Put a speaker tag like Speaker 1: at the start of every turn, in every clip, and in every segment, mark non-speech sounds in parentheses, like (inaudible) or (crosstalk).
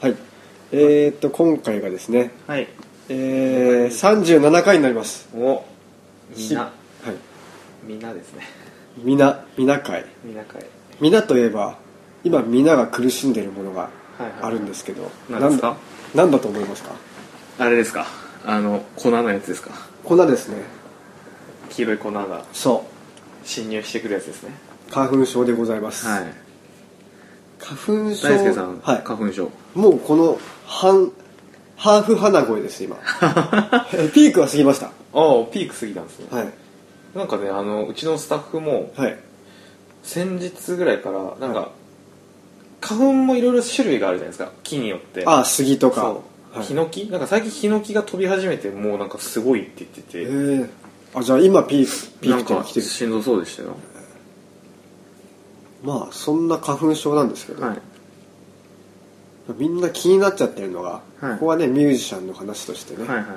Speaker 1: はいえー、っと今回がですね、
Speaker 2: はい
Speaker 1: えー、37回になります
Speaker 2: おみ
Speaker 1: し
Speaker 2: ん
Speaker 1: は
Speaker 2: ないみんなですね (laughs)
Speaker 1: みなみな会
Speaker 2: みんなかい
Speaker 1: みなといえば今みんなが苦しんでいるものが
Speaker 2: はいはい
Speaker 1: あるんですけど、
Speaker 2: 何ですか
Speaker 1: なんだなんだと思いますか
Speaker 2: あれですかあの粉のやつですか
Speaker 1: 粉ですね
Speaker 2: 黄色い粉が
Speaker 1: そ
Speaker 2: 侵入してくるやつですね
Speaker 1: う花粉症でございます、
Speaker 2: はい
Speaker 1: 花粉症
Speaker 2: 大輔さん、
Speaker 1: はい、
Speaker 2: 花粉症
Speaker 1: もうこの半ハーフ鼻声です
Speaker 2: (laughs)
Speaker 1: 今ピークは過ぎました
Speaker 2: ああピーク過ぎたんですね、
Speaker 1: はい
Speaker 2: なんかねあのうちのスタッフも
Speaker 1: はい
Speaker 2: 先日ぐらいからなん
Speaker 1: はい
Speaker 2: か花粉もいろいろ種類があるじゃないですか木によって
Speaker 1: ああ杉とか
Speaker 2: そう、
Speaker 1: はい
Speaker 2: ヒノキなんか最近ヒノキが飛び始めてもうなんかすごいって言ってて、
Speaker 1: えー、あじゃあ今ピークピー
Speaker 2: な
Speaker 1: ク
Speaker 2: ん
Speaker 1: とか
Speaker 2: か
Speaker 1: 来てる
Speaker 2: しんどそうでしたよ
Speaker 1: まあそんな花粉症なんですけど、
Speaker 2: はい
Speaker 1: みんな気になっちゃってるのが、
Speaker 2: はい
Speaker 1: ここはねミュージシャンの話としてね、
Speaker 2: はいはいはい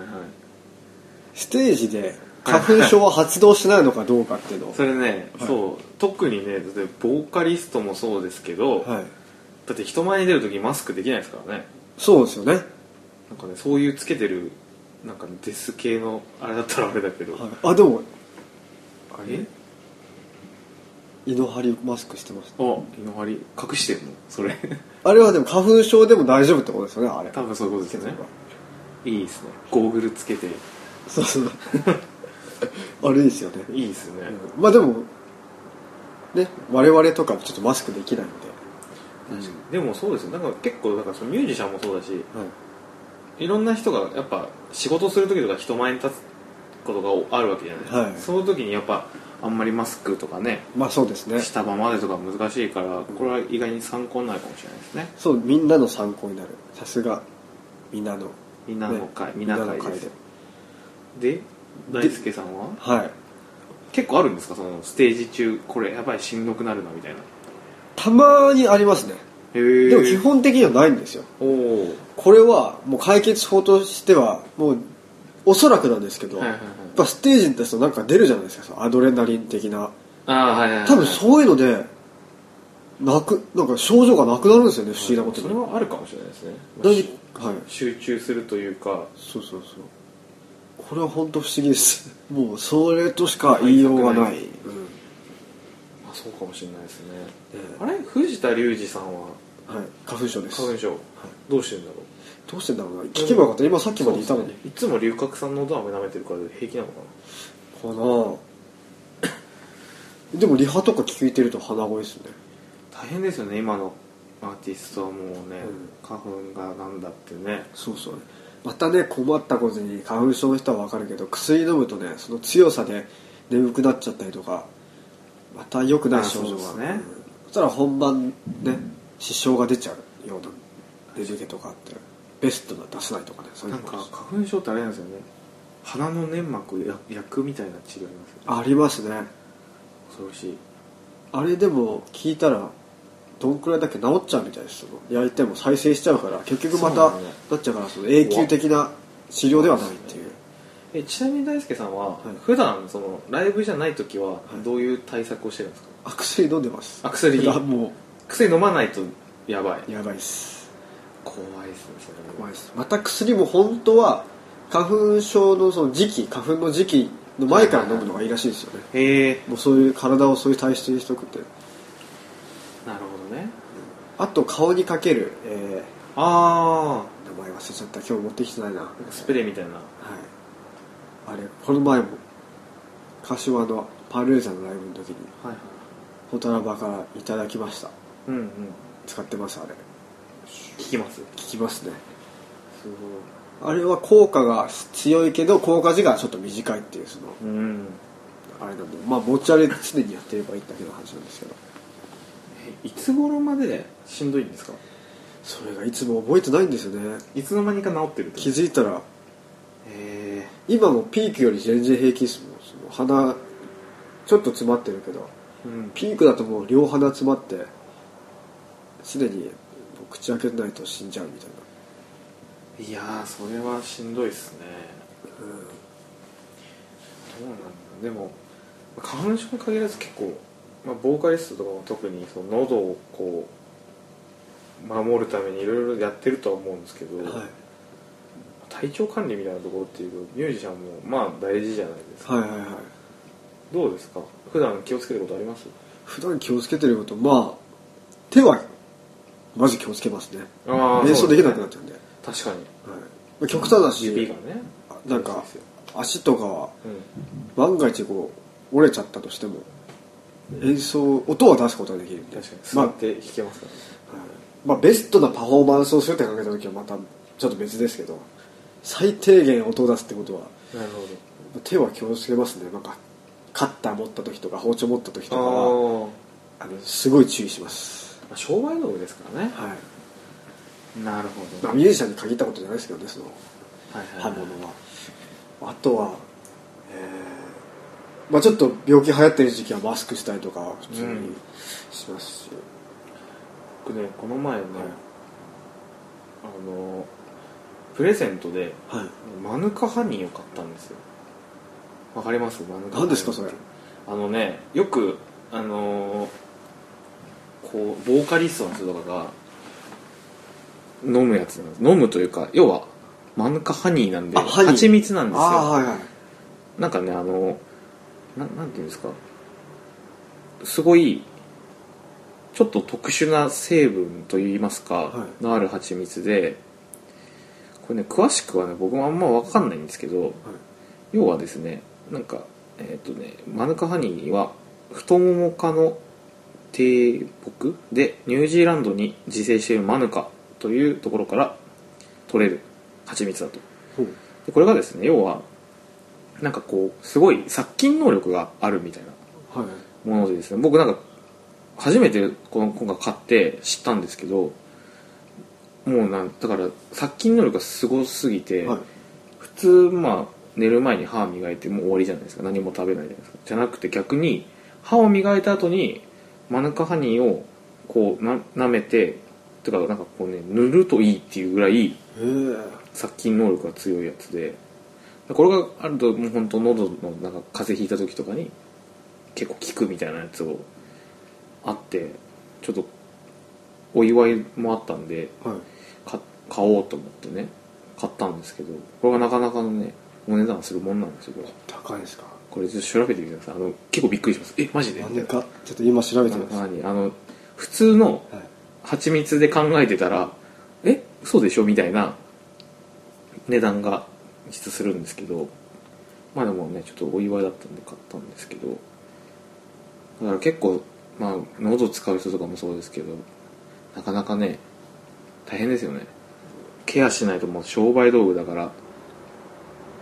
Speaker 1: ステージで花粉症は発動しないのかどうかっていうのを
Speaker 2: それね、
Speaker 1: はい
Speaker 2: そう特にねだってボーカリストもそうですけ
Speaker 1: は
Speaker 2: ど、
Speaker 1: い、
Speaker 2: だって人前に出る時マスクできないですからね
Speaker 1: そうですよね、はい
Speaker 2: なんかねそういうつけてるなんかねデス系のあれだったらあれだけど、
Speaker 1: あでも
Speaker 2: え
Speaker 1: 胃の張りマスクしてました
Speaker 2: あ胃の張り隠してるのそ
Speaker 1: (laughs)
Speaker 2: れ
Speaker 1: あれはでも花粉症でも大丈夫ってことですよねあれ
Speaker 2: 多分そういうことですよね
Speaker 1: つけて
Speaker 2: いいですねゴーグルつけて
Speaker 1: ればそうそう (laughs) あれいいですよね
Speaker 2: いいですね、
Speaker 1: まあでもね我々とかもちょっとマスクできないんで、
Speaker 2: でもそうですよなんか結構だからそのミュージシャンもそうだし
Speaker 1: はい
Speaker 2: いろんな人がやっぱ仕事する時とか人前に立つことがあるわけじゃないですか、
Speaker 1: はい
Speaker 2: その時にやっぱあんまりマスクとかね
Speaker 1: まあそうですね
Speaker 2: 下場までとか難しいからこれは意外に参考になるかもしれないですね
Speaker 1: そうみんなの参考になるさすがみんなの
Speaker 2: みんなの会、
Speaker 1: ね
Speaker 2: みんなの
Speaker 1: みんなの
Speaker 2: 会
Speaker 1: 会
Speaker 2: です
Speaker 1: で
Speaker 2: で大輔さんは
Speaker 1: はい
Speaker 2: 結構あるんですかそのステージ中これやばいしんどくなるなみたいな
Speaker 1: たまにありますね
Speaker 2: へえ
Speaker 1: でも基本的にはないんですよ
Speaker 2: おお
Speaker 1: これはもう解決法としてはもうおそらくなんですけど、
Speaker 2: はいはいはい
Speaker 1: やっぱステージに立つとなんか出るじゃないですかそのアドレナリン的な
Speaker 2: ああはいはい、はい、
Speaker 1: 多分そういうのでなくなんか症状がなくなるんですよね不思議なこと
Speaker 2: そ
Speaker 1: に
Speaker 2: れはあるかもしれないですね
Speaker 1: だいはい
Speaker 2: 集中するというか
Speaker 1: そうそうそうこれは本当不思議ですもうそれとしか言いようがない、
Speaker 2: 対
Speaker 1: うん
Speaker 2: あそうかもしれないですね、
Speaker 1: え
Speaker 2: あれ藤田隆二さんは
Speaker 1: はい、花粉症です
Speaker 2: 花粉症、どうしてるんだろう
Speaker 1: どうしてんだろうな聞けばよかった今さっきまでいたの
Speaker 2: そう
Speaker 1: に
Speaker 2: ですねいつも龍角散のドア舐めてるから平気なのか
Speaker 1: かな (coughs) でもリハとか聞いてると鼻声ですね
Speaker 2: な大変ですよね今のアーティストはもう
Speaker 1: う
Speaker 2: ね、
Speaker 1: ん
Speaker 2: 花粉がなんだってね
Speaker 1: そうそうまたね困ったことに花粉症の人は分かるけど薬飲むとねその強さで眠くなっちゃったりとかまた良くない症状
Speaker 2: あ
Speaker 1: が
Speaker 2: そうですね
Speaker 1: うんそしたら本番ね支障が出ちゃうような出抜けとかあってベストが出せないとかねそういう
Speaker 2: な
Speaker 1: の
Speaker 2: ん
Speaker 1: も
Speaker 2: か花粉症ってあれなんですよね鼻の粘膜や焼くみたいな治療ありますよ
Speaker 1: あ
Speaker 2: ね
Speaker 1: りますね
Speaker 2: 恐ろしい
Speaker 1: あれでも聞いたらどんくらいだっけ治っちゃうみたいですよ焼いても再生しちゃうから結局ま
Speaker 2: そう
Speaker 1: た
Speaker 2: なんだね
Speaker 1: なっちゃうからその永久的な治療ではないっていう
Speaker 2: えちなみに大輔さんは、
Speaker 1: い
Speaker 2: 普段そのライブじゃない時はいどういう対策をしてるんですか、
Speaker 1: あ薬飲んでます
Speaker 2: あ薬
Speaker 1: 普段も
Speaker 2: 薬飲まないとやばいう
Speaker 1: やばいっす
Speaker 2: 怖いですねそれは
Speaker 1: 怖いっすまた薬も本当は花粉症のその時期花粉の時期の前から飲むのがいいらしいですよね
Speaker 2: へえ
Speaker 1: もうそういう体をそういう体質にしとくって
Speaker 2: なるほどね
Speaker 1: あと顔にかける、え
Speaker 2: あ
Speaker 1: ー名前忘れちゃった今日持ってきてないなはい
Speaker 2: あスプレーみたいな
Speaker 1: あれこの前も柏のパルーザのライブの時に
Speaker 2: はいはい
Speaker 1: ホタラバからいただきました
Speaker 2: うんうん
Speaker 1: 使ってますあれ
Speaker 2: 聞きます
Speaker 1: 効きますね
Speaker 2: すごい
Speaker 1: あれは効果が強いけど効果時がちょっと短いっていうその
Speaker 2: うん
Speaker 1: あれなんでまあ持ち歩いて常にやってればいいだけの話なんですけど
Speaker 2: えいつ頃までしんどいんですか
Speaker 1: それがいつも覚えてないんですよね
Speaker 2: いつの間にか治ってるってこと
Speaker 1: 気づいたら
Speaker 2: へえ
Speaker 1: 今もピークより全然平気ですもんその鼻ちょっと詰まってるけど
Speaker 2: うん
Speaker 1: ピークだともう両鼻詰まって常にもう口開けないと死んじゃうみたいない
Speaker 2: やーそれはしんどいっすね
Speaker 1: うん
Speaker 2: どうなんだでも花粉症に限らず結構、まあ、ボーカリストとかも特にその喉をこう守るためにいろいろやってるとは思うんですけど、
Speaker 1: はい
Speaker 2: 体調管理みたいなところっていうとミュージシャンもまあ大事じゃないですか、
Speaker 1: はいはいはい
Speaker 2: どうですか普段気をつけることあります
Speaker 1: 普段気をつけてることまあ手はまず気をつけますね
Speaker 2: あー
Speaker 1: 演奏できなくなっちゃうんで、はい
Speaker 2: 確かに
Speaker 1: まあ、極端だ
Speaker 2: 指が
Speaker 1: し
Speaker 2: ね
Speaker 1: なんか足とかは
Speaker 2: う
Speaker 1: 万が一こう折れちゃったとしても演奏音は出すことができるん
Speaker 2: ん
Speaker 1: で
Speaker 2: 確かに
Speaker 1: ま
Speaker 2: 座
Speaker 1: あ
Speaker 2: って弾けますからね、
Speaker 1: はいまあ、ベストなパフォーマンスをするって考えた時はまたちょっと別ですけど最低限音を出すってことは
Speaker 2: なるほ
Speaker 1: 手は気をつけますねなんかカッター持った時とか包丁持った時とかは
Speaker 2: ど
Speaker 1: あのすごい注意します、
Speaker 2: ああ商売道具ですからね
Speaker 1: はい
Speaker 2: なるほ
Speaker 1: まあ、ミュージシャンに限ったことじゃないですけどねその
Speaker 2: はいはいは
Speaker 1: 刃
Speaker 2: い
Speaker 1: 物はあとは、えーまあ、ちょっと病気流行ってる時期はマスクしたりとかは普通にしますし、
Speaker 2: 僕ねこの前ね、あのプレゼントで
Speaker 1: はい
Speaker 2: マヌカハニーを買ったんですよわかりますマヌカハニー
Speaker 1: 何ですかそれ
Speaker 2: あのねよくあのーこうボーカリストの人とかが飲むやつなんです飲むというか要はマヌカハニーなんで
Speaker 1: あハニー
Speaker 2: 蜂蜜なんですよ
Speaker 1: ああはいはい
Speaker 2: なんかねあのななんていうんですかすごいちょっと特殊な成分といいますか、
Speaker 1: は
Speaker 2: のある蜂蜜でこれね詳しくはね僕もあんま分かんないんですけど、要はですねなんかえっ、とねマヌカハニーは太もも科の低木でニュージーランドに自生しているマヌカというところから取れる蜂蜜だと
Speaker 1: ほう
Speaker 2: でこれがですね要はなんかこうすごい殺菌能力があるみたいな
Speaker 1: はい
Speaker 2: ものでですね僕なんか初めてこの今回買って知ったんですけどもうなんだから殺菌能力がすごすぎて、
Speaker 1: はい
Speaker 2: 普通まあ寝る前に歯磨いてもう終わりじゃないですか何も食べないじゃないですかじゃなくて逆に歯を磨いた後にマヌカハニーをこうな舐めてとかなんかこうね塗るといいっていうぐらい
Speaker 1: へえ
Speaker 2: 殺菌能力が強いやつでこれがあるともう本当喉のなんか風邪ひいた時とかに結構効くみたいなやつをあってちょっとお祝いもあったんで
Speaker 1: はい
Speaker 2: か買おうと思ってね買ったんですけどこれがなかなかのねお値段するもんなんですよこれ
Speaker 1: 高いですか
Speaker 2: これちょっと調べてみてくださいあの結構びっくりしますえマジで
Speaker 1: なんでかちょっと今調べてます、は
Speaker 2: 何あの普通の
Speaker 1: い、
Speaker 2: 蜂蜜で考えてたらえ嘘でしょみたいな値段が実するんですけどまあでもねちょっとお祝いだったんで買ったんですけどだから結構まあ喉使う人とかもそうですけどなかなかね大変ですよねケアしないともう商売道具だから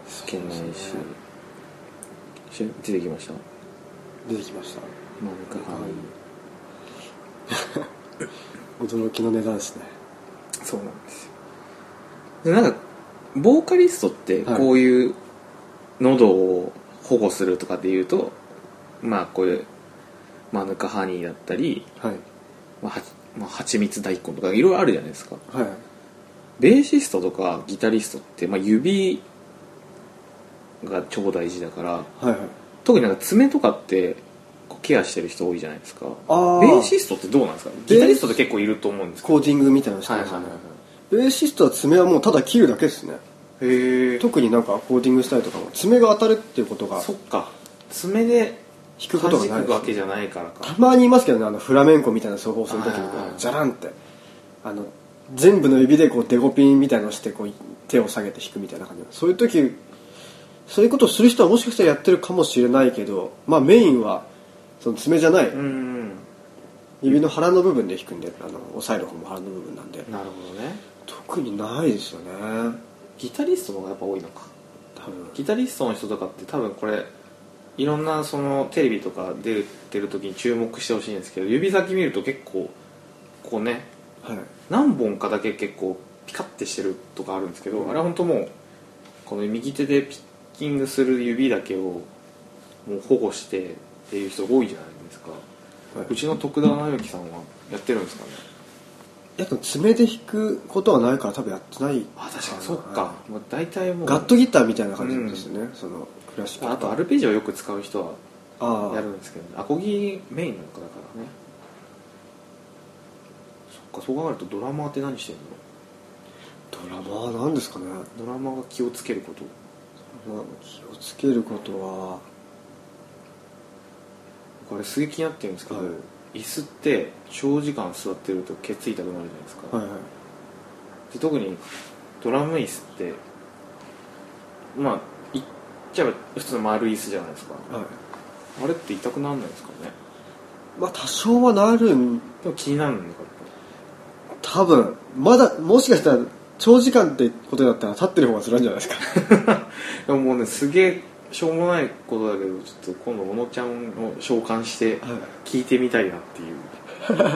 Speaker 2: いけないし、し出てきました
Speaker 1: 出てきました
Speaker 2: マヌカハニ
Speaker 1: 驚きの値段ですね
Speaker 2: ーそうなんですよでなんかボーカリストって
Speaker 1: はい
Speaker 2: こういう喉を保護するとかでいうと、まあこういうマヌカハニーだったり、
Speaker 1: はい
Speaker 2: まあ、はまあ蜂蜜大根とかいろいろあるじゃないですか
Speaker 1: はい
Speaker 2: ベーシストとかギタリストって、まあ、指が超大事だから
Speaker 1: はいはい
Speaker 2: 特になんか爪とかってこうケアしてる人多いじゃないですか
Speaker 1: あー
Speaker 2: ベーシストってどうなんですかギタリストって結構いると思うんですけど
Speaker 1: コーティングみたいなのして
Speaker 2: はい
Speaker 1: ます
Speaker 2: は
Speaker 1: よ
Speaker 2: いは
Speaker 1: ね
Speaker 2: いは
Speaker 1: ベーシストは爪はもうただ切るだけですね
Speaker 2: いへえ
Speaker 1: 特になんかコーティングしたりとかも爪が当たるっていうことが
Speaker 2: そっか爪で
Speaker 1: 引くことがない
Speaker 2: 弾
Speaker 1: で
Speaker 2: くわ
Speaker 1: す
Speaker 2: けじゃないからか
Speaker 1: たまにいますけどねあのフラメンコみたいな奏法するときにこ
Speaker 2: はいはいう
Speaker 1: ジャランってあの全部の指でこうデコピンみたいなのしてこう手を下げて弾くみたいな感じそういう時そういうことをする人はもしかしたらやってるかもしれないけどまあメインはその爪じゃない
Speaker 2: うんうん
Speaker 1: 指の腹の部分で弾くんであの押さえる方も腹の部分なんで
Speaker 2: なるほどね
Speaker 1: 特にないですよね
Speaker 2: ギタリストの方がやっぱ多いのか
Speaker 1: 多分
Speaker 2: ギタリストの人とかって多分これいろんなそのテレビとか出てる時に注目してほしいんですけど指先見ると結構こうね
Speaker 1: はい
Speaker 2: 何本かだけ結構ピカッてしてるとかあるんですけど、あれは本当もうこの右手でピッキングする指だけをもう保護してっていう人多いじゃないですか、
Speaker 1: はいう
Speaker 2: ちの徳田直之さんはやってるんですかね
Speaker 1: やっぱ爪で弾くことはないから多分やってない
Speaker 2: あ確かにそっか、まあ、大体もう
Speaker 1: ガットギターみたいな感じですよね、そのクラシック
Speaker 2: あとアルペジオよく使う人は
Speaker 1: ああ
Speaker 2: やるんですけど、アコギメインなのかだからねそっかそう考えるとドラマーって何してん
Speaker 1: ドラマは何ですかね
Speaker 2: のドラマーが気をつけること
Speaker 1: まあ気をつけることは
Speaker 2: 僕あれすげえ気になってるんですけど、
Speaker 1: はい
Speaker 2: 椅子って長時間座ってるとケツ痛くなるじゃないですか、
Speaker 1: はいはい
Speaker 2: で特にドラム椅子ってまあ言っちゃえば普通の丸い椅子じゃないですか
Speaker 1: はい
Speaker 2: あれって痛くならないんですかね
Speaker 1: まあ多少はなるん
Speaker 2: でも気になるのかやっ
Speaker 1: 多分まだもしかしたら長時間ってことだったら立ってる方がするんじゃないですか
Speaker 2: ぱでももうねすげえしょうもないことだけどちょっと今度小野ちゃんを召喚し
Speaker 1: は
Speaker 2: て
Speaker 1: い (laughs)
Speaker 2: 聞いてみたいなっていう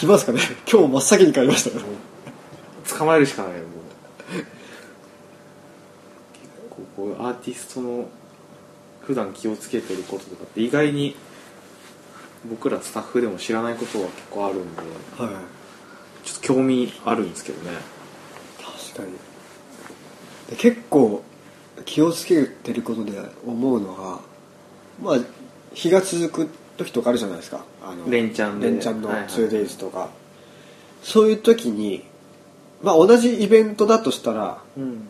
Speaker 1: 来ますかね今日真っ先に帰りましたから
Speaker 2: 捕まえるしかないよもう結構こういうアーティストの普段気をつけてることとかって意外に僕らスタッフでも知らないことは結構あるんで
Speaker 1: はい
Speaker 2: ちょっと興味あるんですけどね
Speaker 1: 確かにで結構気をつけてることで思うのがまあ日が続く時とかあるじゃないですかあの
Speaker 2: 連チャンで
Speaker 1: 連チャンの
Speaker 2: はいはい
Speaker 1: 2days とか、そういう時にまあ同じイベントだとしたら
Speaker 2: うん、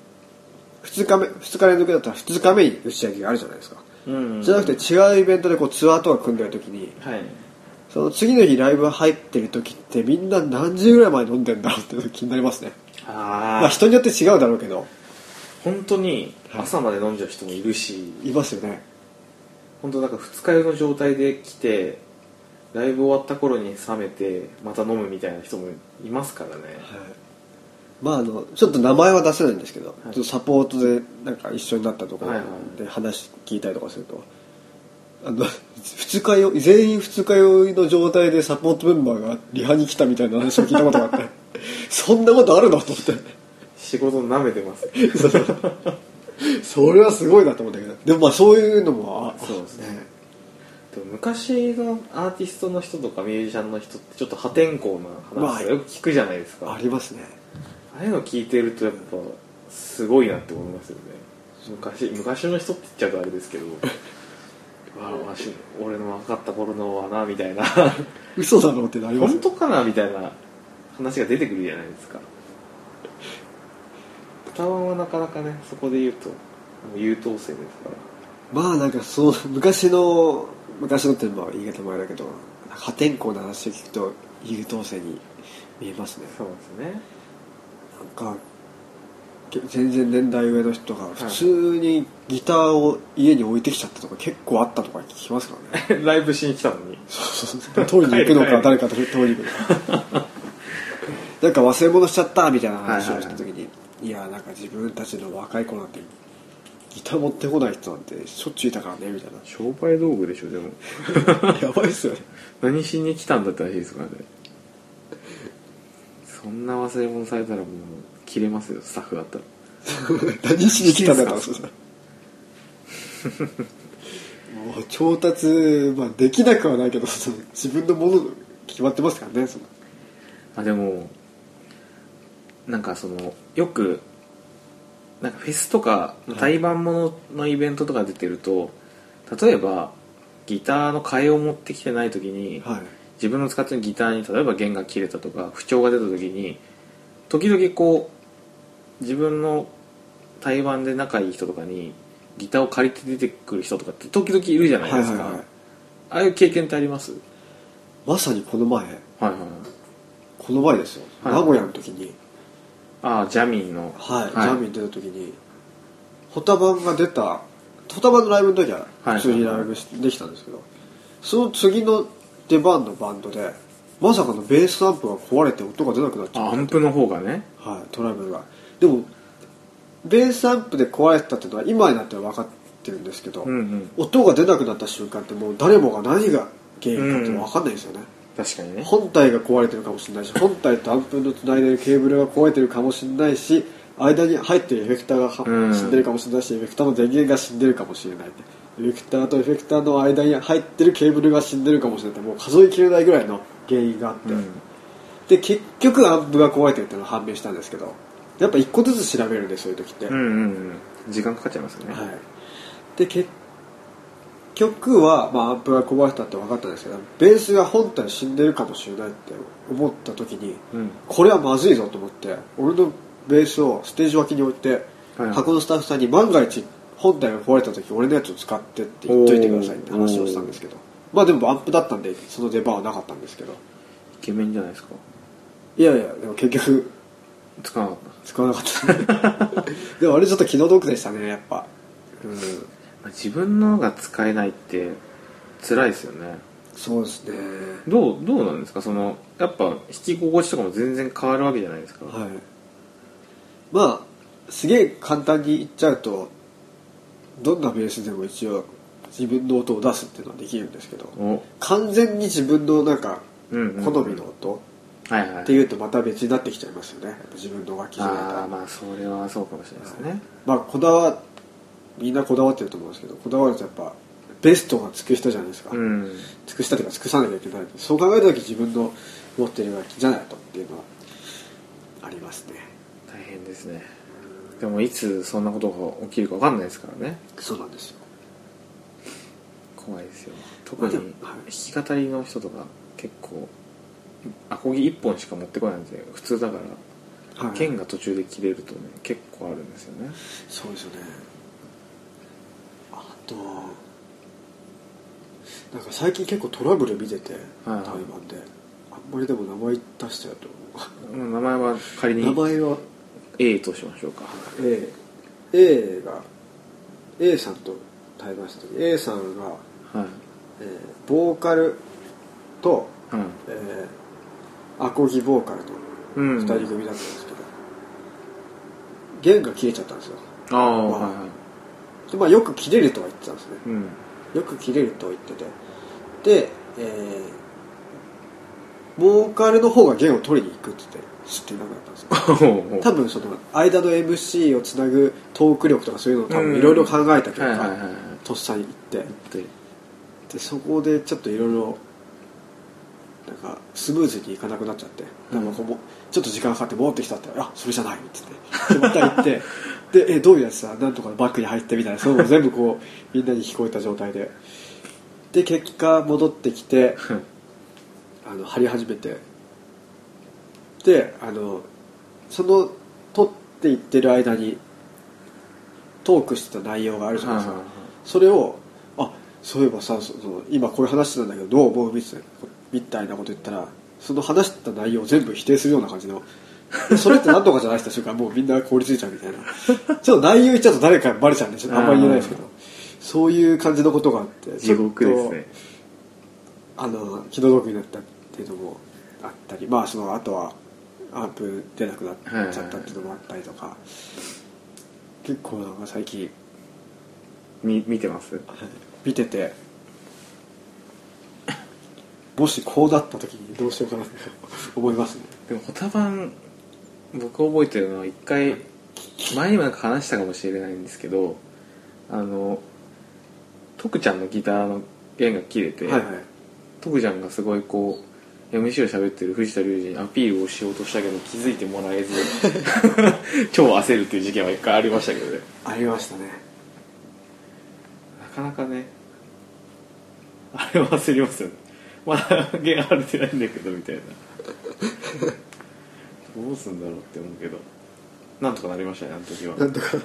Speaker 1: 2日目2日連続だったら2日目に打ち上げがあるじゃないですか、
Speaker 2: うん、
Speaker 1: じゃなくて違うイベントでこうツアーとか組んでる時に
Speaker 2: はい
Speaker 1: その次の日ライブ入ってる時ってみんな何時ぐらいまで飲んでんだろうっていうの気になりますね
Speaker 2: あ
Speaker 1: まあ
Speaker 2: あ
Speaker 1: 人によって違うだろうけど
Speaker 2: 本当に朝まで飲んじゃう人もいるし
Speaker 1: いますよね
Speaker 2: 本当なんか二日酔いの状態で来てライブ終わった頃に冷めてまた飲むみたいな人もいますからね
Speaker 1: まああのちょっと名前は出せないんですけど、
Speaker 2: はい
Speaker 1: ちょっとサポートでなんか一緒になったところ
Speaker 2: はいはい
Speaker 1: で話聞いたりとかすると、あの二日酔い全員二日酔いの状態でサポートメンバーがリハに来たみたいな話を聞いたことがあって
Speaker 2: (laughs)
Speaker 1: そんなことあるのと思って
Speaker 2: 仕事舐めてます
Speaker 1: それはすごいなと思ったけどでもまあそういうのもあ
Speaker 2: そうですねでも昔のアーティストの人とかミュージシャンの人ってちょっと破天荒な
Speaker 1: まあ
Speaker 2: 話とかよく聞くじゃないですか、
Speaker 1: ありますね
Speaker 2: ああいうの聞いてるとやっぱすごいなって思いますよね昔昔の人って言っちゃうとあれです
Speaker 1: (laughs)
Speaker 2: けどわあわし俺の若かった頃のはなみたいな
Speaker 1: 嘘だろうってなります
Speaker 2: 本当かなみたいな話が出てくるじゃないですか歌わんはなかなかねそこで言うともう優等生ですから
Speaker 1: まあなんかそう昔の昔のってまあ言い方もあれだけど破天荒な話を聞くと優等生に見えますね
Speaker 2: そうですね
Speaker 1: なんかけ全然年代上の人が普通にギターを家に置いてきちゃったとか結構あったとか聞きますから
Speaker 2: (laughs)
Speaker 1: ね
Speaker 2: ライブしに来たのに
Speaker 1: そうそうそう取りに行くの
Speaker 2: はいは
Speaker 1: か誰
Speaker 2: い
Speaker 1: かと取りに行くのかなんか忘れ物しちゃったみたいな話をした時に、いやなんか自分たちの若い子なんてギター持ってこない人なんてしょっちゅういたからねみたいな
Speaker 2: 商売道具でしょでも (laughs)
Speaker 1: やばいっすよね
Speaker 2: 何しに来たんだって話ですからねそんな忘れ物されたらもう切れますよスタッフだったら
Speaker 1: (laughs) 何しに来たんだろうもう調達、まあ、できなくはないけど (laughs) その自分のもの決まってますからねその
Speaker 2: あでもなんかそのよくなんかフェスとか
Speaker 1: い
Speaker 2: 対バンもののイベントとか出てると、例えばギターの替えを持ってきてない時に、
Speaker 1: はい
Speaker 2: 自分の使ってるギターに例えば弦が切れたとか不調が出た時に時々こう自分の台湾で仲いい人とかにギターを借りて出てくる人とかって時々いるじゃない
Speaker 1: はい
Speaker 2: で
Speaker 1: は
Speaker 2: す
Speaker 1: い
Speaker 2: か、
Speaker 1: はい
Speaker 2: ああいう経験ってあります
Speaker 1: まさにこの前
Speaker 2: はいはい
Speaker 1: この前ですよ、
Speaker 2: はい
Speaker 1: 名古屋の時に
Speaker 2: ああジャミーンの
Speaker 1: はい、
Speaker 2: はい
Speaker 1: ジャーミン出た時にホタバンが出たホタバンのライブの時は
Speaker 2: はい
Speaker 1: 普通にライブしできたんですけど、その次の出番のバンドでまさかのベースアンプが壊れて音が出なくなっちゃった
Speaker 2: あアンプの方がね
Speaker 1: はい、トラブルがでもベースアンプで壊れてたっていうのは今になって分かってるんですけど、
Speaker 2: うんうん
Speaker 1: 音が出なくなった瞬間ってもう誰もが何が原因かって分かんないですよね、
Speaker 2: 確かにね
Speaker 1: 本体が壊れてるかもしれないし本体とアンプのつないでるケーブルが壊れてるかもしれないし間に入ってるエフェクターがは
Speaker 2: うん
Speaker 1: 死んでるかもしれないし、エフェクターの電源が死んでるかもしれないエフェクターとエフェクターの間に入ってるケーブルが死んでるかもしれないってもう数えきれないぐらいの原因があって、
Speaker 2: うん
Speaker 1: で結局アンプが壊れてるっていうのは判明したんですけどやっぱ一個ずつ調べるんでそういう時って、
Speaker 2: うんうんうん時間かかっちゃいますよね、
Speaker 1: はい、で結局は、まあ、アンプが壊れたって分かったんですけどベースが本体死んでるかもしれないって思った時に、
Speaker 2: うん
Speaker 1: これはまずいぞと思って俺のベースをステージ脇に置いて、
Speaker 2: はい
Speaker 1: 箱のスタッフさんに万が一本体が壊れた時俺のやつを使ってって言っといてくださいって話をしたんですけどまあでもアンプだったんでその出番はなかったんですけど
Speaker 2: イケメンじゃないですか
Speaker 1: いやいやでも結局
Speaker 2: 使わなかっ
Speaker 1: 使わなかった、 (laughs) でもあれちょっと気の毒でしたねやっぱうん
Speaker 2: た、まあ自分のが使えないって辛いですよね
Speaker 1: そうですね
Speaker 2: どうどうなんですかそのやっぱ弾き心地とかも全然変わるわけじゃないですか、
Speaker 1: はいまあすげえ簡単に言っちゃうとどんなベースでも一応自分の音を出すっていうのはできるんですけど
Speaker 2: お
Speaker 1: 完全に自分のなんか
Speaker 2: うんうんうん
Speaker 1: 好みの音
Speaker 2: はいはい
Speaker 1: っていうとまた別になってきちゃいますよねやっぱ自分の楽器じゃない
Speaker 2: ああ
Speaker 1: と
Speaker 2: まあそれはそうかもしれないですね、
Speaker 1: まあこだわみんなこだわってると思うんですけどこだわるとやっぱベストが尽くしたじゃないですか、
Speaker 2: うん
Speaker 1: 尽くしたというか尽くさなきゃいけないそう考えた時自分の持ってる楽器じゃないとっていうのはありますね
Speaker 2: 大変ですねでもいつそんなことが起きるか分かんないですからね
Speaker 1: そうなんですよ
Speaker 2: 怖いですよ
Speaker 1: ま
Speaker 2: 特
Speaker 1: あ
Speaker 2: に
Speaker 1: でも
Speaker 2: 弾き語りの人とか結構アコギ1本しか持ってこないんで普通だから
Speaker 1: はい
Speaker 2: 弦が途中で切れるとね結構あるんですよね
Speaker 1: そうですよねあとなんか最近結構トラブル見てて、
Speaker 2: はいはい
Speaker 1: 台湾であんまりでも名前出しちゃうと
Speaker 2: まあ名前は仮
Speaker 1: 名
Speaker 2: に
Speaker 1: 前は
Speaker 2: A としましょうか
Speaker 1: A A が A さんと対話した時 A さんが、
Speaker 2: はい
Speaker 1: えーボーカルと、
Speaker 2: はい
Speaker 1: えーアコギボーカルの
Speaker 2: うん
Speaker 1: 2人組だったんですけど、弦が切れちゃったんですよ
Speaker 2: ああはいはい
Speaker 1: で、まあ、よく切れるとは言ってたんですね
Speaker 2: うん
Speaker 1: よく切れると言っててで、えー、ボーカルの方が弦を取りに行くって言って知ってなかったんですよ多分その間の MC をつなぐトーク力とかそういうのを多分いろいろ考えた結
Speaker 2: はいはいはいは
Speaker 1: 果
Speaker 2: い
Speaker 1: とっさに行って
Speaker 2: で
Speaker 1: でそこでちょっといろいろなんかスムーズにいかなくなっちゃって、
Speaker 2: うん
Speaker 1: なんかこうもちょっと時間かかって戻ってきたって「あそれじゃない」っつってでまた行って (laughs) でえどういうやつだなんとかバッグに入ってみたいなそういうのも全部こ
Speaker 2: (laughs)
Speaker 1: うみんなに聞こえた状態でで結果戻ってきてあの張り始めてであのその撮っていってる間にトークしてた内容があるじゃないですか、それを「あそういえばさその今こういう話してたんだけどどう思う?」みたいなみたいなこと言ったらその話してた内容を全部否定するような感じの「それって何とかじゃない?」って瞬間もうみんな凍りついちゃうみたいなちょっと内容言っちゃうと誰かにバレちゃうんでちょっとあんまり言えないですけどそういう感じのことがあって
Speaker 2: 地獄ですね
Speaker 1: あの気の毒になったっていうのもあったりまあそのあとはアンプ出なくなっちゃったっていうのもあったりとか、結構なんか最近
Speaker 2: み見てます
Speaker 1: 見ててもしこうなった時にどうしようかなって思いますね
Speaker 2: でもホタバン僕覚えてるのは一回前にもなんか話したかもしれないんですけどあの徳ちゃんのギターの弦が切れて、
Speaker 1: はいはい
Speaker 2: 徳ちゃんがすごいこう MC を喋ってる藤田龍二にアピールをしようとしたけど気づいてもらえず (laughs) 超焦るっていう事件は一回ありましたけどね
Speaker 1: ありましたね
Speaker 2: なかなかねあれは焦りますよねまだ弦張れてないんだけどみたいな (laughs) どうすんだろうって思うけどなんとかなりましたねあの時は
Speaker 1: なんとか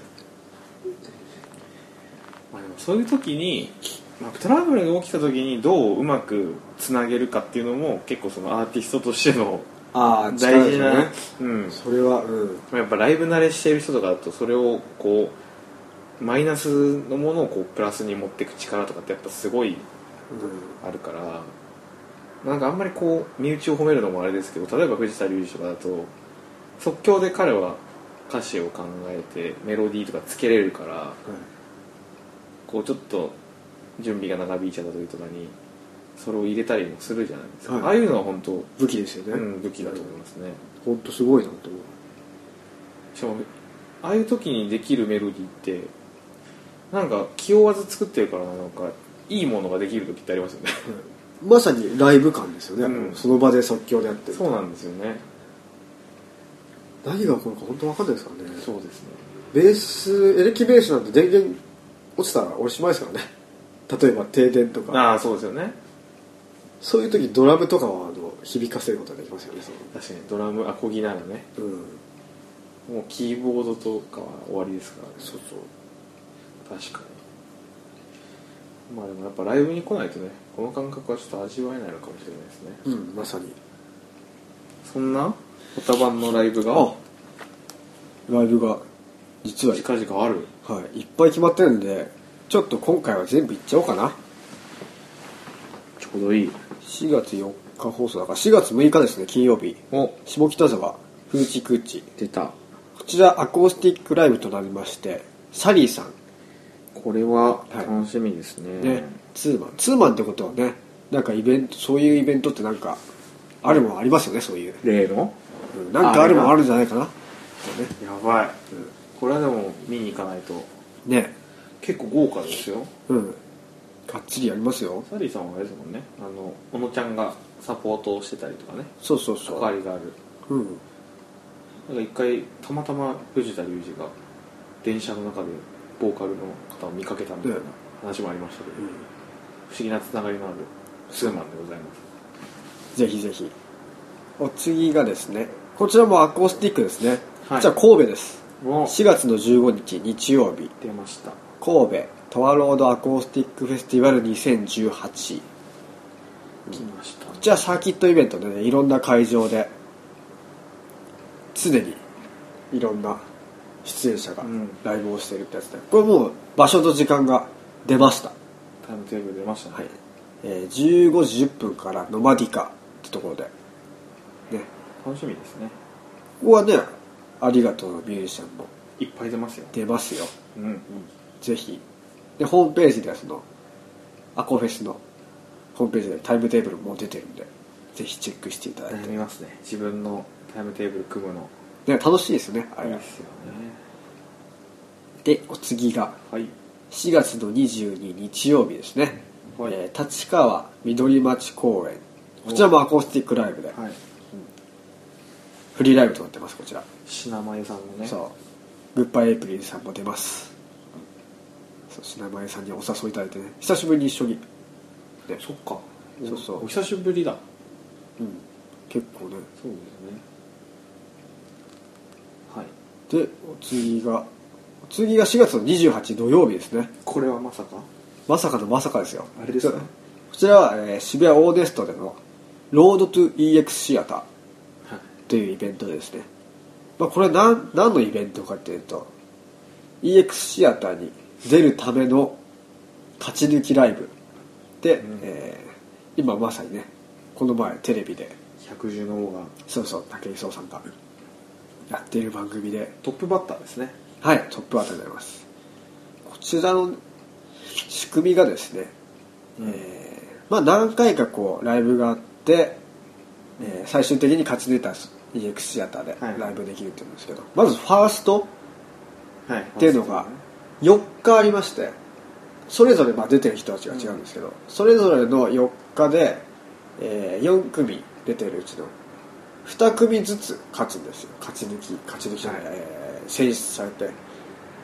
Speaker 2: まあ、でもそういう時に、まあ、トラブルが起きた時にどううまくつなげるかっていうのも結構そのアーティストとしての
Speaker 1: ああ
Speaker 2: 大事な、うん、
Speaker 1: それはうん
Speaker 2: やっぱライブ慣れしてる人とかだとそれをこうマイナスのものをこうプラスに持っていく力とかってやっぱすごいあるからなんかあんまりこう身内を褒めるのもあれですけど例えば藤田龍二とかだと即興で彼は歌詞を考えてメロディーとかつけれるからこうちょっと準備が長引いちゃった時とかにそれを入れたりもするじゃないですか、
Speaker 1: はい
Speaker 2: ああいうのは本当、
Speaker 1: 武器ですよね、
Speaker 2: うん、武器だと思いますね、
Speaker 1: 本当すごいなと思う
Speaker 2: しかもああいう時にできるメロディーってなんか気負わず作ってるからななんかいいものができる時ってありますよね
Speaker 1: まさにライブ感ですよね、
Speaker 2: うん
Speaker 1: その場で即興でやってる
Speaker 2: そうなんですよね
Speaker 1: 何が起こるか本当わかんないですからね
Speaker 2: そうですね
Speaker 1: ベースエレキベースなんて電源落ちたらおしまいですからね例えば停電とか
Speaker 2: ああそうですよね
Speaker 1: そういう時ドラムとかはあの響かせることができますよねそ
Speaker 2: 確かにドラムアコギならね
Speaker 1: のうん
Speaker 2: もうキーボードとかは終わりですからね
Speaker 1: そうそう
Speaker 2: 確かにまあでもやっぱライブに来ないとねこの感覚はちょっと味わえないのかもしれないですね
Speaker 1: うんまさに
Speaker 2: そんなホタバンのライブが
Speaker 1: あライブが実は、
Speaker 2: 近々ある
Speaker 1: はい、いっぱい決まってるんでちょっと今回は全部いっちゃおうかな
Speaker 2: ちょうどいい
Speaker 1: 4月4日放送だから4月6日ですね金曜日
Speaker 2: お
Speaker 1: 下北沢フーチクーチ
Speaker 2: 出た
Speaker 1: こちらアコースティックライブとなりましてサリーさん
Speaker 2: これは
Speaker 1: はい
Speaker 2: 楽しみですね、
Speaker 1: ね、ツーマンツーマンってことはねなんかイベントそういうイベントってなんかあるもんありますよねそういう、
Speaker 2: 例の
Speaker 1: うん、なんかあるもんあるんじゃないかな
Speaker 2: やばい、これはでも見に行かないと
Speaker 1: ね
Speaker 2: 結構豪華ですよ
Speaker 1: うんがっつりやりますよ
Speaker 2: サリーさんはあれですもんねあの小野ちゃんがサポートをしてたりとかね
Speaker 1: そうそう
Speaker 2: 関
Speaker 1: そ
Speaker 2: わ
Speaker 1: う、
Speaker 2: りがある
Speaker 1: うん、
Speaker 2: なんか一回たまたま藤田裕二が電車の中でボーカルの方を見かけたみたいな
Speaker 1: うん
Speaker 2: 話もありましたけど、
Speaker 1: うん
Speaker 2: 不思議なつながりのあるツーマンでございます
Speaker 1: ぜひぜひお次がですねこちらもアコースティックですね、
Speaker 2: はい
Speaker 1: じゃあ神戸です
Speaker 2: お
Speaker 1: 4月の15日日曜日
Speaker 2: 出ました
Speaker 1: 神戸タワーロードアコースティックフェスティバル2018
Speaker 2: 来ました
Speaker 1: じゃあサーキットイベントでねいろんな会場で常にいろんな出演者が
Speaker 2: うん
Speaker 1: ライブをしてるってやつで、これもう場所と時間が出ました、
Speaker 2: タイムテーブル出ましたね、
Speaker 1: はいえー15時10分からノマディカってところで、ね、
Speaker 2: 楽しみですね
Speaker 1: ここはねありがとうのミュージシャンも
Speaker 2: いっぱい出ますよ
Speaker 1: 出ますよ
Speaker 2: うん、うん、
Speaker 1: ぜひでホームページではそのアコフェスのホームページでタイムテーブルも出てるんでぜひチェックしていただいて、
Speaker 2: 悩みますね自分のタイムテーブル組むの
Speaker 1: ね、楽しいですねあ
Speaker 2: いい
Speaker 1: れは
Speaker 2: ですよね
Speaker 1: でお次が
Speaker 2: はい
Speaker 1: 4月の22日曜日ですね、
Speaker 2: はい
Speaker 1: えー立川緑町公園こちらもアコースティックライブで、
Speaker 2: はい
Speaker 1: フリーライブとなってますこちら、
Speaker 2: 品前さんもね
Speaker 1: そうグッバイエイプリルさんも出ますそう品前さんにお誘いいただいてね久しぶりに一緒に、ね
Speaker 2: そっか
Speaker 1: そうそう
Speaker 2: お久しぶりだ
Speaker 1: うん、結構ね
Speaker 2: そうですねはい
Speaker 1: でお次がお次が4月の28土曜日ですね
Speaker 2: これはまさか
Speaker 1: まさかのまさかですよ
Speaker 2: あれですね
Speaker 1: こちらは、えー渋谷オーデストでのロードトゥ EX シアター
Speaker 2: はい
Speaker 1: というイベントですね、まあ、これ何何のイベントかっていうと EX シアターに出るための勝ち抜きライブで、
Speaker 2: うん
Speaker 1: えー今まさにねこの前テレビで
Speaker 2: 百獣の王が
Speaker 1: そうそう武井壮さんがやっている番組で
Speaker 2: トップバッターですね
Speaker 1: はいトップバッターになりますこちらの仕組みがですね、
Speaker 2: うん
Speaker 1: えーまあ、何回かこうライブがあって、えー最終的に勝ち抜いた EX シアターで
Speaker 2: はい
Speaker 1: ライブできるっていうんですけど、まずファースト
Speaker 2: はいっ
Speaker 1: っていうのが4日ありましてそれぞれまあ出てる人たちが違うんですけど、それぞれの4日で、え4組出てるうちの2組ずつ勝つんですよ勝ち抜き勝ち抜きじゃない、
Speaker 2: はい
Speaker 1: えー選出されて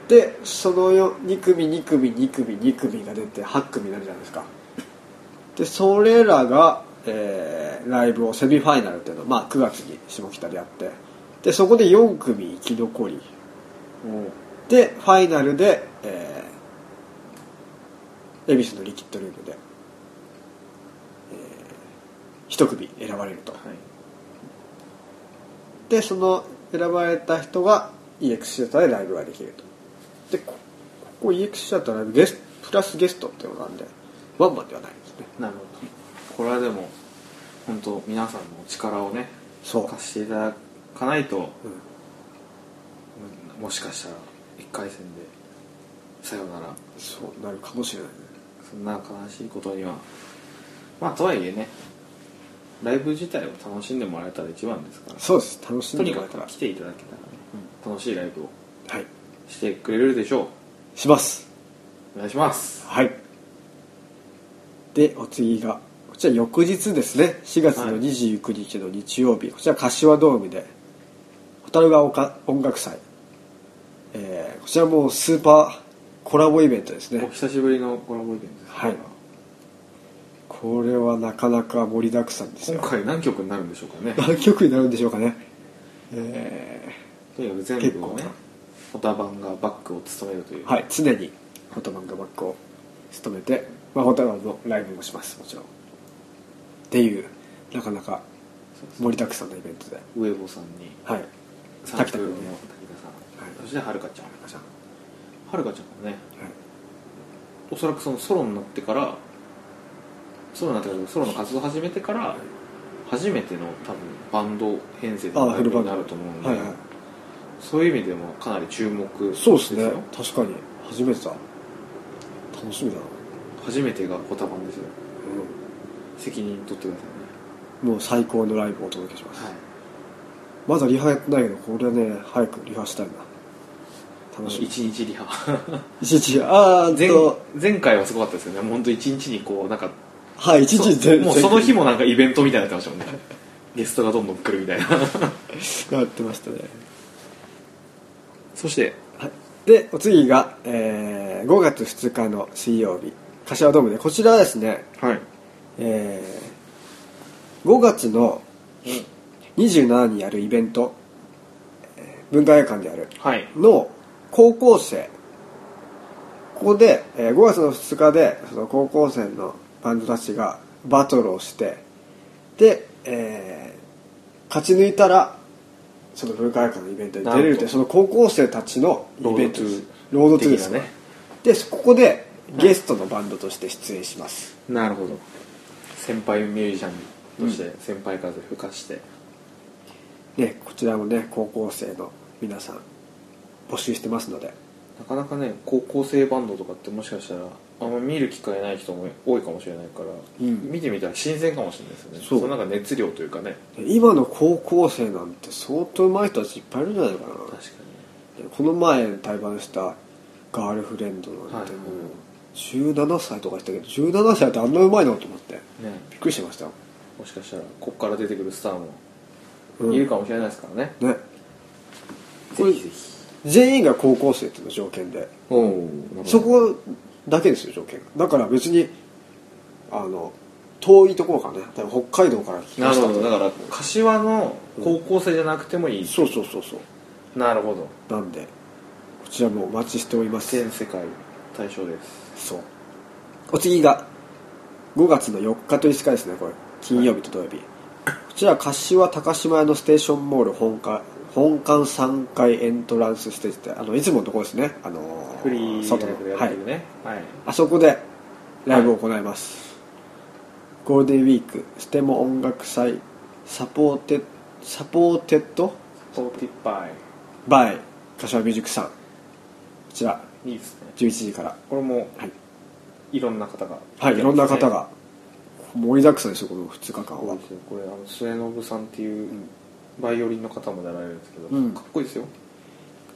Speaker 1: でその2組2組2組2組が出て8組になるじゃないですかでそれらが、えーライブをセミファイナルっていうのを、まあ、9月に下北でやってでそこで4組生き残り
Speaker 2: も
Speaker 1: でファイナルで、えー、恵比寿のリキッドルームで、えー、一組選ばれると、
Speaker 2: はい
Speaker 1: でその選ばれた人が EX シアターでライブができるとでこここ EX シアターライブゲスプラスゲストっていうのがあるんでワンマンではないですね
Speaker 2: なるほどこれはでも本当皆さんのお力をね
Speaker 1: そう
Speaker 2: 貸していただかないと
Speaker 1: うん
Speaker 2: うんもしかしたら1回戦でさよなら
Speaker 1: そうなるかもしれないね
Speaker 2: そんな悲しいことにはまあとはいえねライブ自体を楽しんでもらえたら一番ですから
Speaker 1: そうです楽しん
Speaker 2: と
Speaker 1: で
Speaker 2: に
Speaker 1: も
Speaker 2: から
Speaker 1: えたら
Speaker 2: く来ていただけたらね、楽しいライブを
Speaker 1: はい
Speaker 2: してくれるでしょう
Speaker 1: します
Speaker 2: お願いします
Speaker 1: はいでお次がこちら翌日ですね4月
Speaker 2: は
Speaker 1: の
Speaker 2: い
Speaker 1: 29日の日曜日、こちら柏ドームで蛍ヶ丘音楽祭、えーこちらもスーパーコラボイベントです
Speaker 2: お
Speaker 1: ね
Speaker 2: 久しぶりのコラボイベントです
Speaker 1: はいこれはなかなか盛りだくさんです
Speaker 2: 今
Speaker 1: よ
Speaker 2: 回何曲になるんでしょうかね
Speaker 1: 何曲になるんでしょうかねえ
Speaker 2: とにかく全部をねオタバンがバックを務めるとい
Speaker 1: ー
Speaker 2: う、
Speaker 1: はい常にホタマンがバックを務めて、まあ、ホタマンのライブもしますもちろんっていうなかなか
Speaker 2: そうです
Speaker 1: 盛りだくさんのイベントで
Speaker 2: ウエボさんに
Speaker 1: はい
Speaker 2: サー
Speaker 1: 滝
Speaker 2: ク
Speaker 1: 田
Speaker 2: ルの
Speaker 1: 君
Speaker 2: 滝
Speaker 1: ね
Speaker 2: 田さん、
Speaker 1: はい
Speaker 2: そしてはるかちゃん
Speaker 1: はい
Speaker 2: はるかちゃんもねおそらくそのソロになってからソロになってからソロの活動を始めてから初めての多分バンド編成で
Speaker 1: ああフルバン
Speaker 2: に
Speaker 1: ド
Speaker 2: なると思うので、
Speaker 1: はいはい
Speaker 2: そういう意味でもかなり注目
Speaker 1: そうですね
Speaker 2: よ
Speaker 1: 確かに初めてだ楽しみだな、
Speaker 2: 初めてがコタバンですよ責任取ってくださ
Speaker 1: うん、もう最高のライブをお届けします、
Speaker 2: いね、はい、
Speaker 1: まだリハやってないけどこれはね早くリハしたいな楽しみ
Speaker 2: 一日リハ
Speaker 1: 一日ああ
Speaker 2: (laughs) 前
Speaker 1: と
Speaker 2: 前回はすごかったですよね本当一日にこうなんか
Speaker 1: はい一日全
Speaker 2: そもうその日
Speaker 1: も
Speaker 2: もなんかイベントみたいになってましたもんねゲストがどんどん来るみたいな
Speaker 1: やってましたね、
Speaker 2: (laughs) そして
Speaker 1: はい、でお次が、えー5月2日の水曜日柏ドームでこちらはですね、
Speaker 2: はい
Speaker 1: え5月の27にやるイベントえー文化会館である
Speaker 2: はい
Speaker 1: の高校生ここで、えー5月の2日でその高校生のバンドたちがバトルをしてで、えー勝ち抜いたらその文化会館のイベントに出れる
Speaker 2: な
Speaker 1: と
Speaker 2: るほ
Speaker 1: いう
Speaker 2: ど
Speaker 1: その高校生たちのイベントですロードトゥーです
Speaker 2: 的な
Speaker 1: ね
Speaker 2: ね
Speaker 1: でここでゲストのバンドとして出演します、
Speaker 2: なるほど先輩ミュージシャンとして先輩風吹かして、
Speaker 1: ね、こちらもね高校生の皆さん募集してますので
Speaker 2: なかなかね高校生バンドとかってもしかしたらあんま見る機会ない人も多いかもしれないから、
Speaker 1: うん
Speaker 2: 見てみたら新鮮かもしれないですよね
Speaker 1: そう
Speaker 2: のなんか熱量というかね
Speaker 1: 今の高校生なんて相当上手い人たちいっぱいいるんじゃないかな
Speaker 2: 確か
Speaker 1: この前対バンしたガールフレンドなんてもう
Speaker 2: はい
Speaker 1: 17歳とか言ったけど17歳ってあんなうまいのと思って
Speaker 2: にね
Speaker 1: びっくりしましたよ
Speaker 2: もしかしたらこっから出てくるスターも
Speaker 1: うん
Speaker 2: いるかもしれないですからね、
Speaker 1: ね
Speaker 2: ぜひぜひ
Speaker 1: 全員が高校生っていうのが条件で
Speaker 2: おお
Speaker 1: そこだけですよ条件がだから別にあの遠いところからね多分北海道から来
Speaker 2: な
Speaker 1: ま
Speaker 2: る
Speaker 1: した
Speaker 2: ほ
Speaker 1: と
Speaker 2: どだから柏の高校生じゃなくてもいい、
Speaker 1: そうそうそうそう
Speaker 2: なるほど
Speaker 1: なんでこちらもお待ちしております
Speaker 2: 全世界対象です
Speaker 1: そうお次が5月の4日と5日ですねこれ金曜日と土曜日、こちら柏高島屋のステーションモール本館本館3階エントランスステージってあのいつものところですねあのー
Speaker 2: フリー
Speaker 1: 外
Speaker 2: ライブで
Speaker 1: の
Speaker 2: や
Speaker 1: はい
Speaker 2: ってるねはい、
Speaker 1: あそこでライブを行います、ゴールデンウィークステモ音楽祭サポーテサポーテッド
Speaker 2: スポーティファ
Speaker 1: バイ柏ミュージックさんこちら
Speaker 2: イいいですね
Speaker 1: 11時から
Speaker 2: これも
Speaker 1: はい
Speaker 2: いろんな方が
Speaker 1: はい、いろんな方
Speaker 2: ね
Speaker 1: が盛りだくさんですよこの2日間
Speaker 2: そう
Speaker 1: は
Speaker 2: ですよこれあの末信さんっていうバイオリンの方もやられるんですけど、
Speaker 1: うん
Speaker 2: かっこいいですよ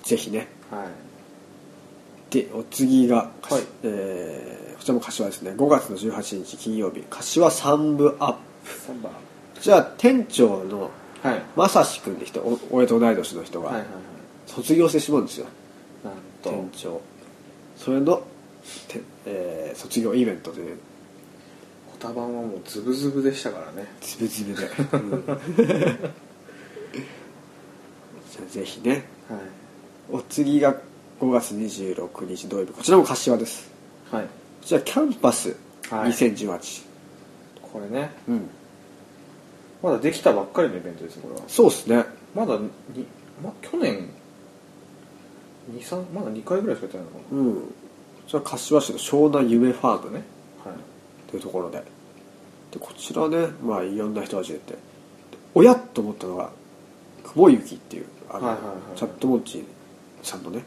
Speaker 1: ぜひね
Speaker 2: はい
Speaker 1: でお次が、
Speaker 2: はい
Speaker 1: えーこちらも柏ですね5月の18日金曜日柏三部アッ
Speaker 2: 3番
Speaker 1: プじゃあ店長の
Speaker 2: はい
Speaker 1: まさしくんって人お俺と同い年の人
Speaker 2: はいはいは
Speaker 1: が
Speaker 2: い
Speaker 1: 卒業してしまうんですよ、
Speaker 2: なん
Speaker 1: 店
Speaker 2: と
Speaker 1: 長それの、てえー卒業イベントという
Speaker 2: コタバンはもうズブズブでしたからね
Speaker 1: つぶつぶ
Speaker 2: (laughs)
Speaker 1: で、うん、じゃあぜひね
Speaker 2: はい
Speaker 1: お次が5月26日土曜日こちらも柏です
Speaker 2: はい
Speaker 1: こちらキャンパス
Speaker 2: はい
Speaker 1: 2018、
Speaker 2: これね
Speaker 1: うん
Speaker 2: まだできたばっかりのイベントですよこれは
Speaker 1: そうですね
Speaker 2: まだに、ま、去年二三まだ2回ぐらいしかやってないのか
Speaker 1: うんこちら柏市の湘南夢ファーム
Speaker 2: な
Speaker 1: ね
Speaker 2: ねはい
Speaker 1: というところででこちらねまあいろんな人たち出ておやっと思ったのが久保幸っていうあの、
Speaker 2: はいはいはい
Speaker 1: チャットモンチーさんのね、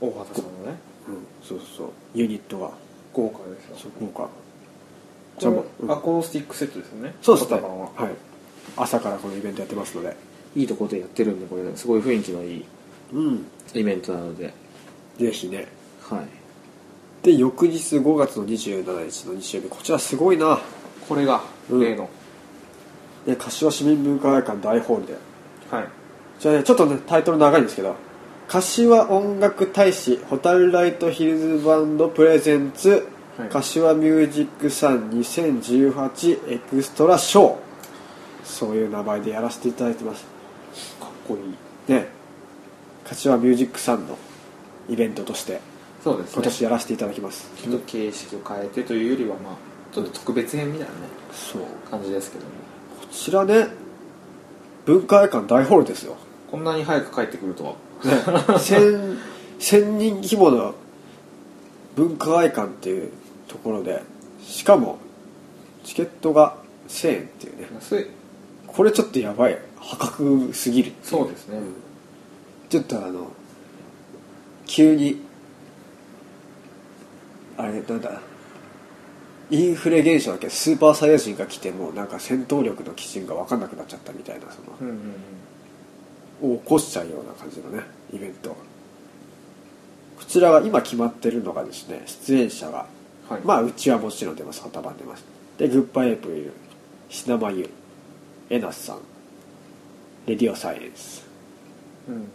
Speaker 2: 大畑さんのね
Speaker 1: うん、そうそうユニットが
Speaker 2: 豪華ですよ
Speaker 1: そこか
Speaker 2: これも
Speaker 1: うん
Speaker 2: アコースティックセットですよね
Speaker 1: そうですね
Speaker 2: コタバンは
Speaker 1: はい朝からこのイベントやってますので
Speaker 2: いいところでやってるんでこれすごい雰囲気のいい
Speaker 1: うん
Speaker 2: イベントなので
Speaker 1: ぜひね
Speaker 2: はい
Speaker 1: で翌日5月の27日の日曜日こちらすごいな
Speaker 2: これが
Speaker 1: うん
Speaker 2: 例の、
Speaker 1: で柏市民文化会館大ホールで
Speaker 2: はい
Speaker 1: じゃあねちょっとねタイトル長いんですけど柏音楽大使ホタルライトヒルズバンドプレゼンツ、
Speaker 2: はい
Speaker 1: 柏ミュージックさん2018エクストラショーそういう名前でやらせていただいてます
Speaker 2: かっこいい
Speaker 1: ね柏ミュージックさんのイベントとして
Speaker 2: そうですね
Speaker 1: 今年やらせていただきます、
Speaker 2: ちょっと形式を変えてというよりはまあちょっと特別編みたいなね
Speaker 1: そう
Speaker 2: 感じですけども
Speaker 1: こちらね文化会館大ホールですよ、
Speaker 2: こんなに早く帰ってくるとは (laughs)
Speaker 1: ね、1000 1000人規模の文化会館っていうところでしかもチケットが1000円っていうね
Speaker 2: 安い
Speaker 1: これちょっとやばい破格すぎる
Speaker 2: そうですね、
Speaker 1: ちょっとあの急にあれなんだインフレ現象だっけスーパーサイヤ人が来てもうなんか戦闘力の基準が分かんなくなっちゃったみたいなその、
Speaker 2: うんうんうん
Speaker 1: を起こしちゃうような感じのねイベントこちらが今決まってるのがですね出演者が、
Speaker 2: はい
Speaker 1: まあうちはもちろん出ます旗番出ますでグッバイエイプリル品間優えなすさんレディオサイエンス
Speaker 2: うん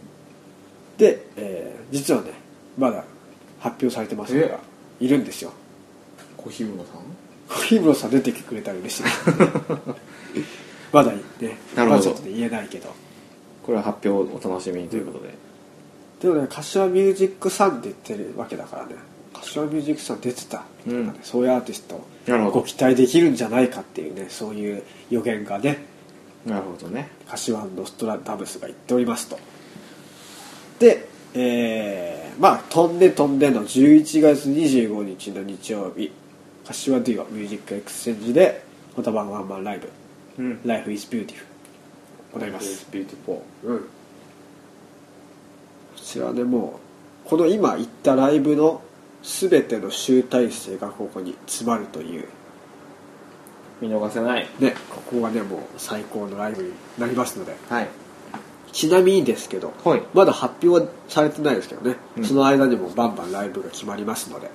Speaker 1: で、えー実はねまだ発表されてませんがいるんですよ
Speaker 2: 小日向さん
Speaker 1: 小日向さん出てきてくれたら嬉しい
Speaker 2: (laughs)
Speaker 1: まだね
Speaker 2: なるほ
Speaker 1: まだ
Speaker 2: ど
Speaker 1: ちょっと言えないけど
Speaker 2: これは発表をお楽しみにということで、
Speaker 1: でもね柏ミュージックさんって言ってるわけだからね柏ミュージックさん出てたみたいなね
Speaker 2: うん
Speaker 1: そういうアーティスト
Speaker 2: なるほど
Speaker 1: ご期待できるんじゃないかっていうねそういう予言がね
Speaker 2: なるほどね
Speaker 1: 柏のストラダブスが言っておりますとでえー、まあ「飛んで飛んで」の11月25日の日曜日柏デュオミュージックエクスチェンジで「ホタバンワンマンライブ
Speaker 2: うん
Speaker 1: ライフイズビューティフ行います
Speaker 2: ビューティフォー
Speaker 1: うん、こちらでもうこの今言ったライブの全ての集大成がここに詰まるという
Speaker 2: 見逃せない
Speaker 1: ねここがねもう最高のライブになりますので
Speaker 2: はい
Speaker 1: ちなみにですけど、
Speaker 2: はい
Speaker 1: まだ発表はされてないですけどね、
Speaker 2: うん
Speaker 1: その間にもバンバンライブが決まりますので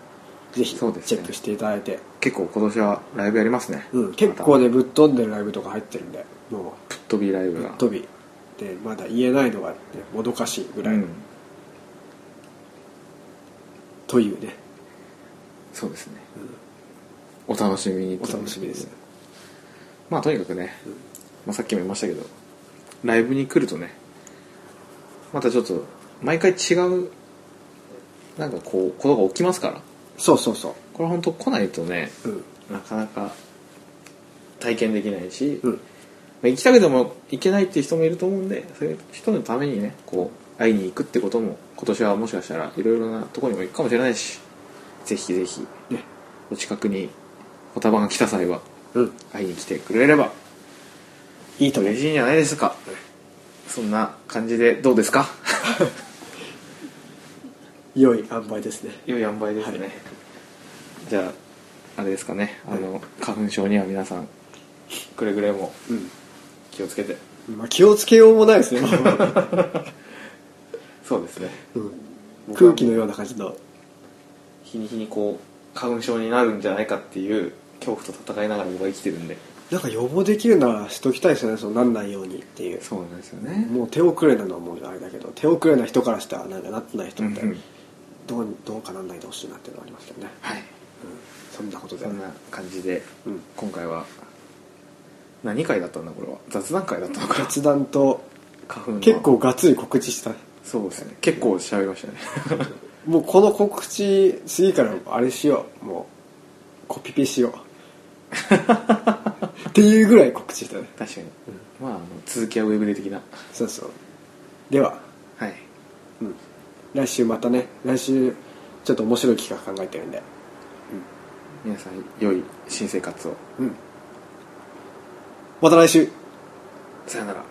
Speaker 1: ぜひチ
Speaker 2: そう
Speaker 1: ェ
Speaker 2: ですね
Speaker 1: ックしていただいて
Speaker 2: 結構今年はライブやりますね、
Speaker 1: うん、結構
Speaker 2: ね
Speaker 1: ねぶっ飛んでるライブとか入ってるんでも
Speaker 2: ぶっ飛びライブ
Speaker 1: うぶ
Speaker 2: が
Speaker 1: っ飛びでまだ言えないのが、ね、もどかしいぐらい、
Speaker 2: うん、
Speaker 1: というね
Speaker 2: そうですね、お楽しみに
Speaker 1: お楽しみですね
Speaker 2: まあとにかくね、まあ、さっきも言いましたけどライブに来るとねまたちょっと毎回違うなんかこうことが起きますから
Speaker 1: そうそうそ
Speaker 2: これは本当来ないとね
Speaker 1: ううん
Speaker 2: なかなか体験できないし、
Speaker 1: う
Speaker 2: ま
Speaker 1: ん
Speaker 2: あ行きたくても行けないっていう人もいると思うんでそういう人のためにねこう会いに行くってことも今年はもしかしたらいろいろなところにも行くかもしれないしぜひぜひ
Speaker 1: ね
Speaker 2: お近くにおたばが来た際は
Speaker 1: うん
Speaker 2: 会いに来てくれれば
Speaker 1: いいと
Speaker 2: 嬉
Speaker 1: ね
Speaker 2: しいんじゃないですかそんな感じでどうですか
Speaker 1: 良い塩梅ですね
Speaker 2: 良い塩梅ですね、
Speaker 1: はい
Speaker 2: じゃああれですかねあの花粉症には皆さんくれぐれも
Speaker 1: う
Speaker 2: 気をつけて
Speaker 1: ん、まあ、気をつけようもないですね、
Speaker 2: そうですね
Speaker 1: うん、空気のような感じの
Speaker 2: 日に日にこう花粉症になるんじゃないかっていう恐怖と戦いながら僕は生きてるんで
Speaker 1: なんか予防できるならしときたいですよねそうなんないようにっていう
Speaker 2: そうなんですよね
Speaker 1: もう手遅れなのはもうあれだけど手遅れな人からしたらなんかなってない人って
Speaker 2: うんうん
Speaker 1: どうどうかなんないでほしいなっていうのはありますけどね、
Speaker 2: はい
Speaker 1: うん、そんなことで
Speaker 2: そんな感じで
Speaker 1: うん、
Speaker 2: 今回は何回だったんだこれは雑談会だったのかな
Speaker 1: 雑談と
Speaker 2: (laughs) 花粉の
Speaker 1: 結構がっつり告知した
Speaker 2: そうですね結構喋りました (laughs) ね
Speaker 1: もうこの告知次からあれしようもうコピペし
Speaker 2: (laughs)
Speaker 1: ようっていうぐらい告知したね
Speaker 2: 確かに、まああの続きはウェブで的な
Speaker 1: そうそうでは、
Speaker 2: はい
Speaker 1: うん、来週またね来週ちょっと面白い企画考えてるんで
Speaker 2: 皆さん良い新生活を
Speaker 1: うんまた来週
Speaker 2: さよなら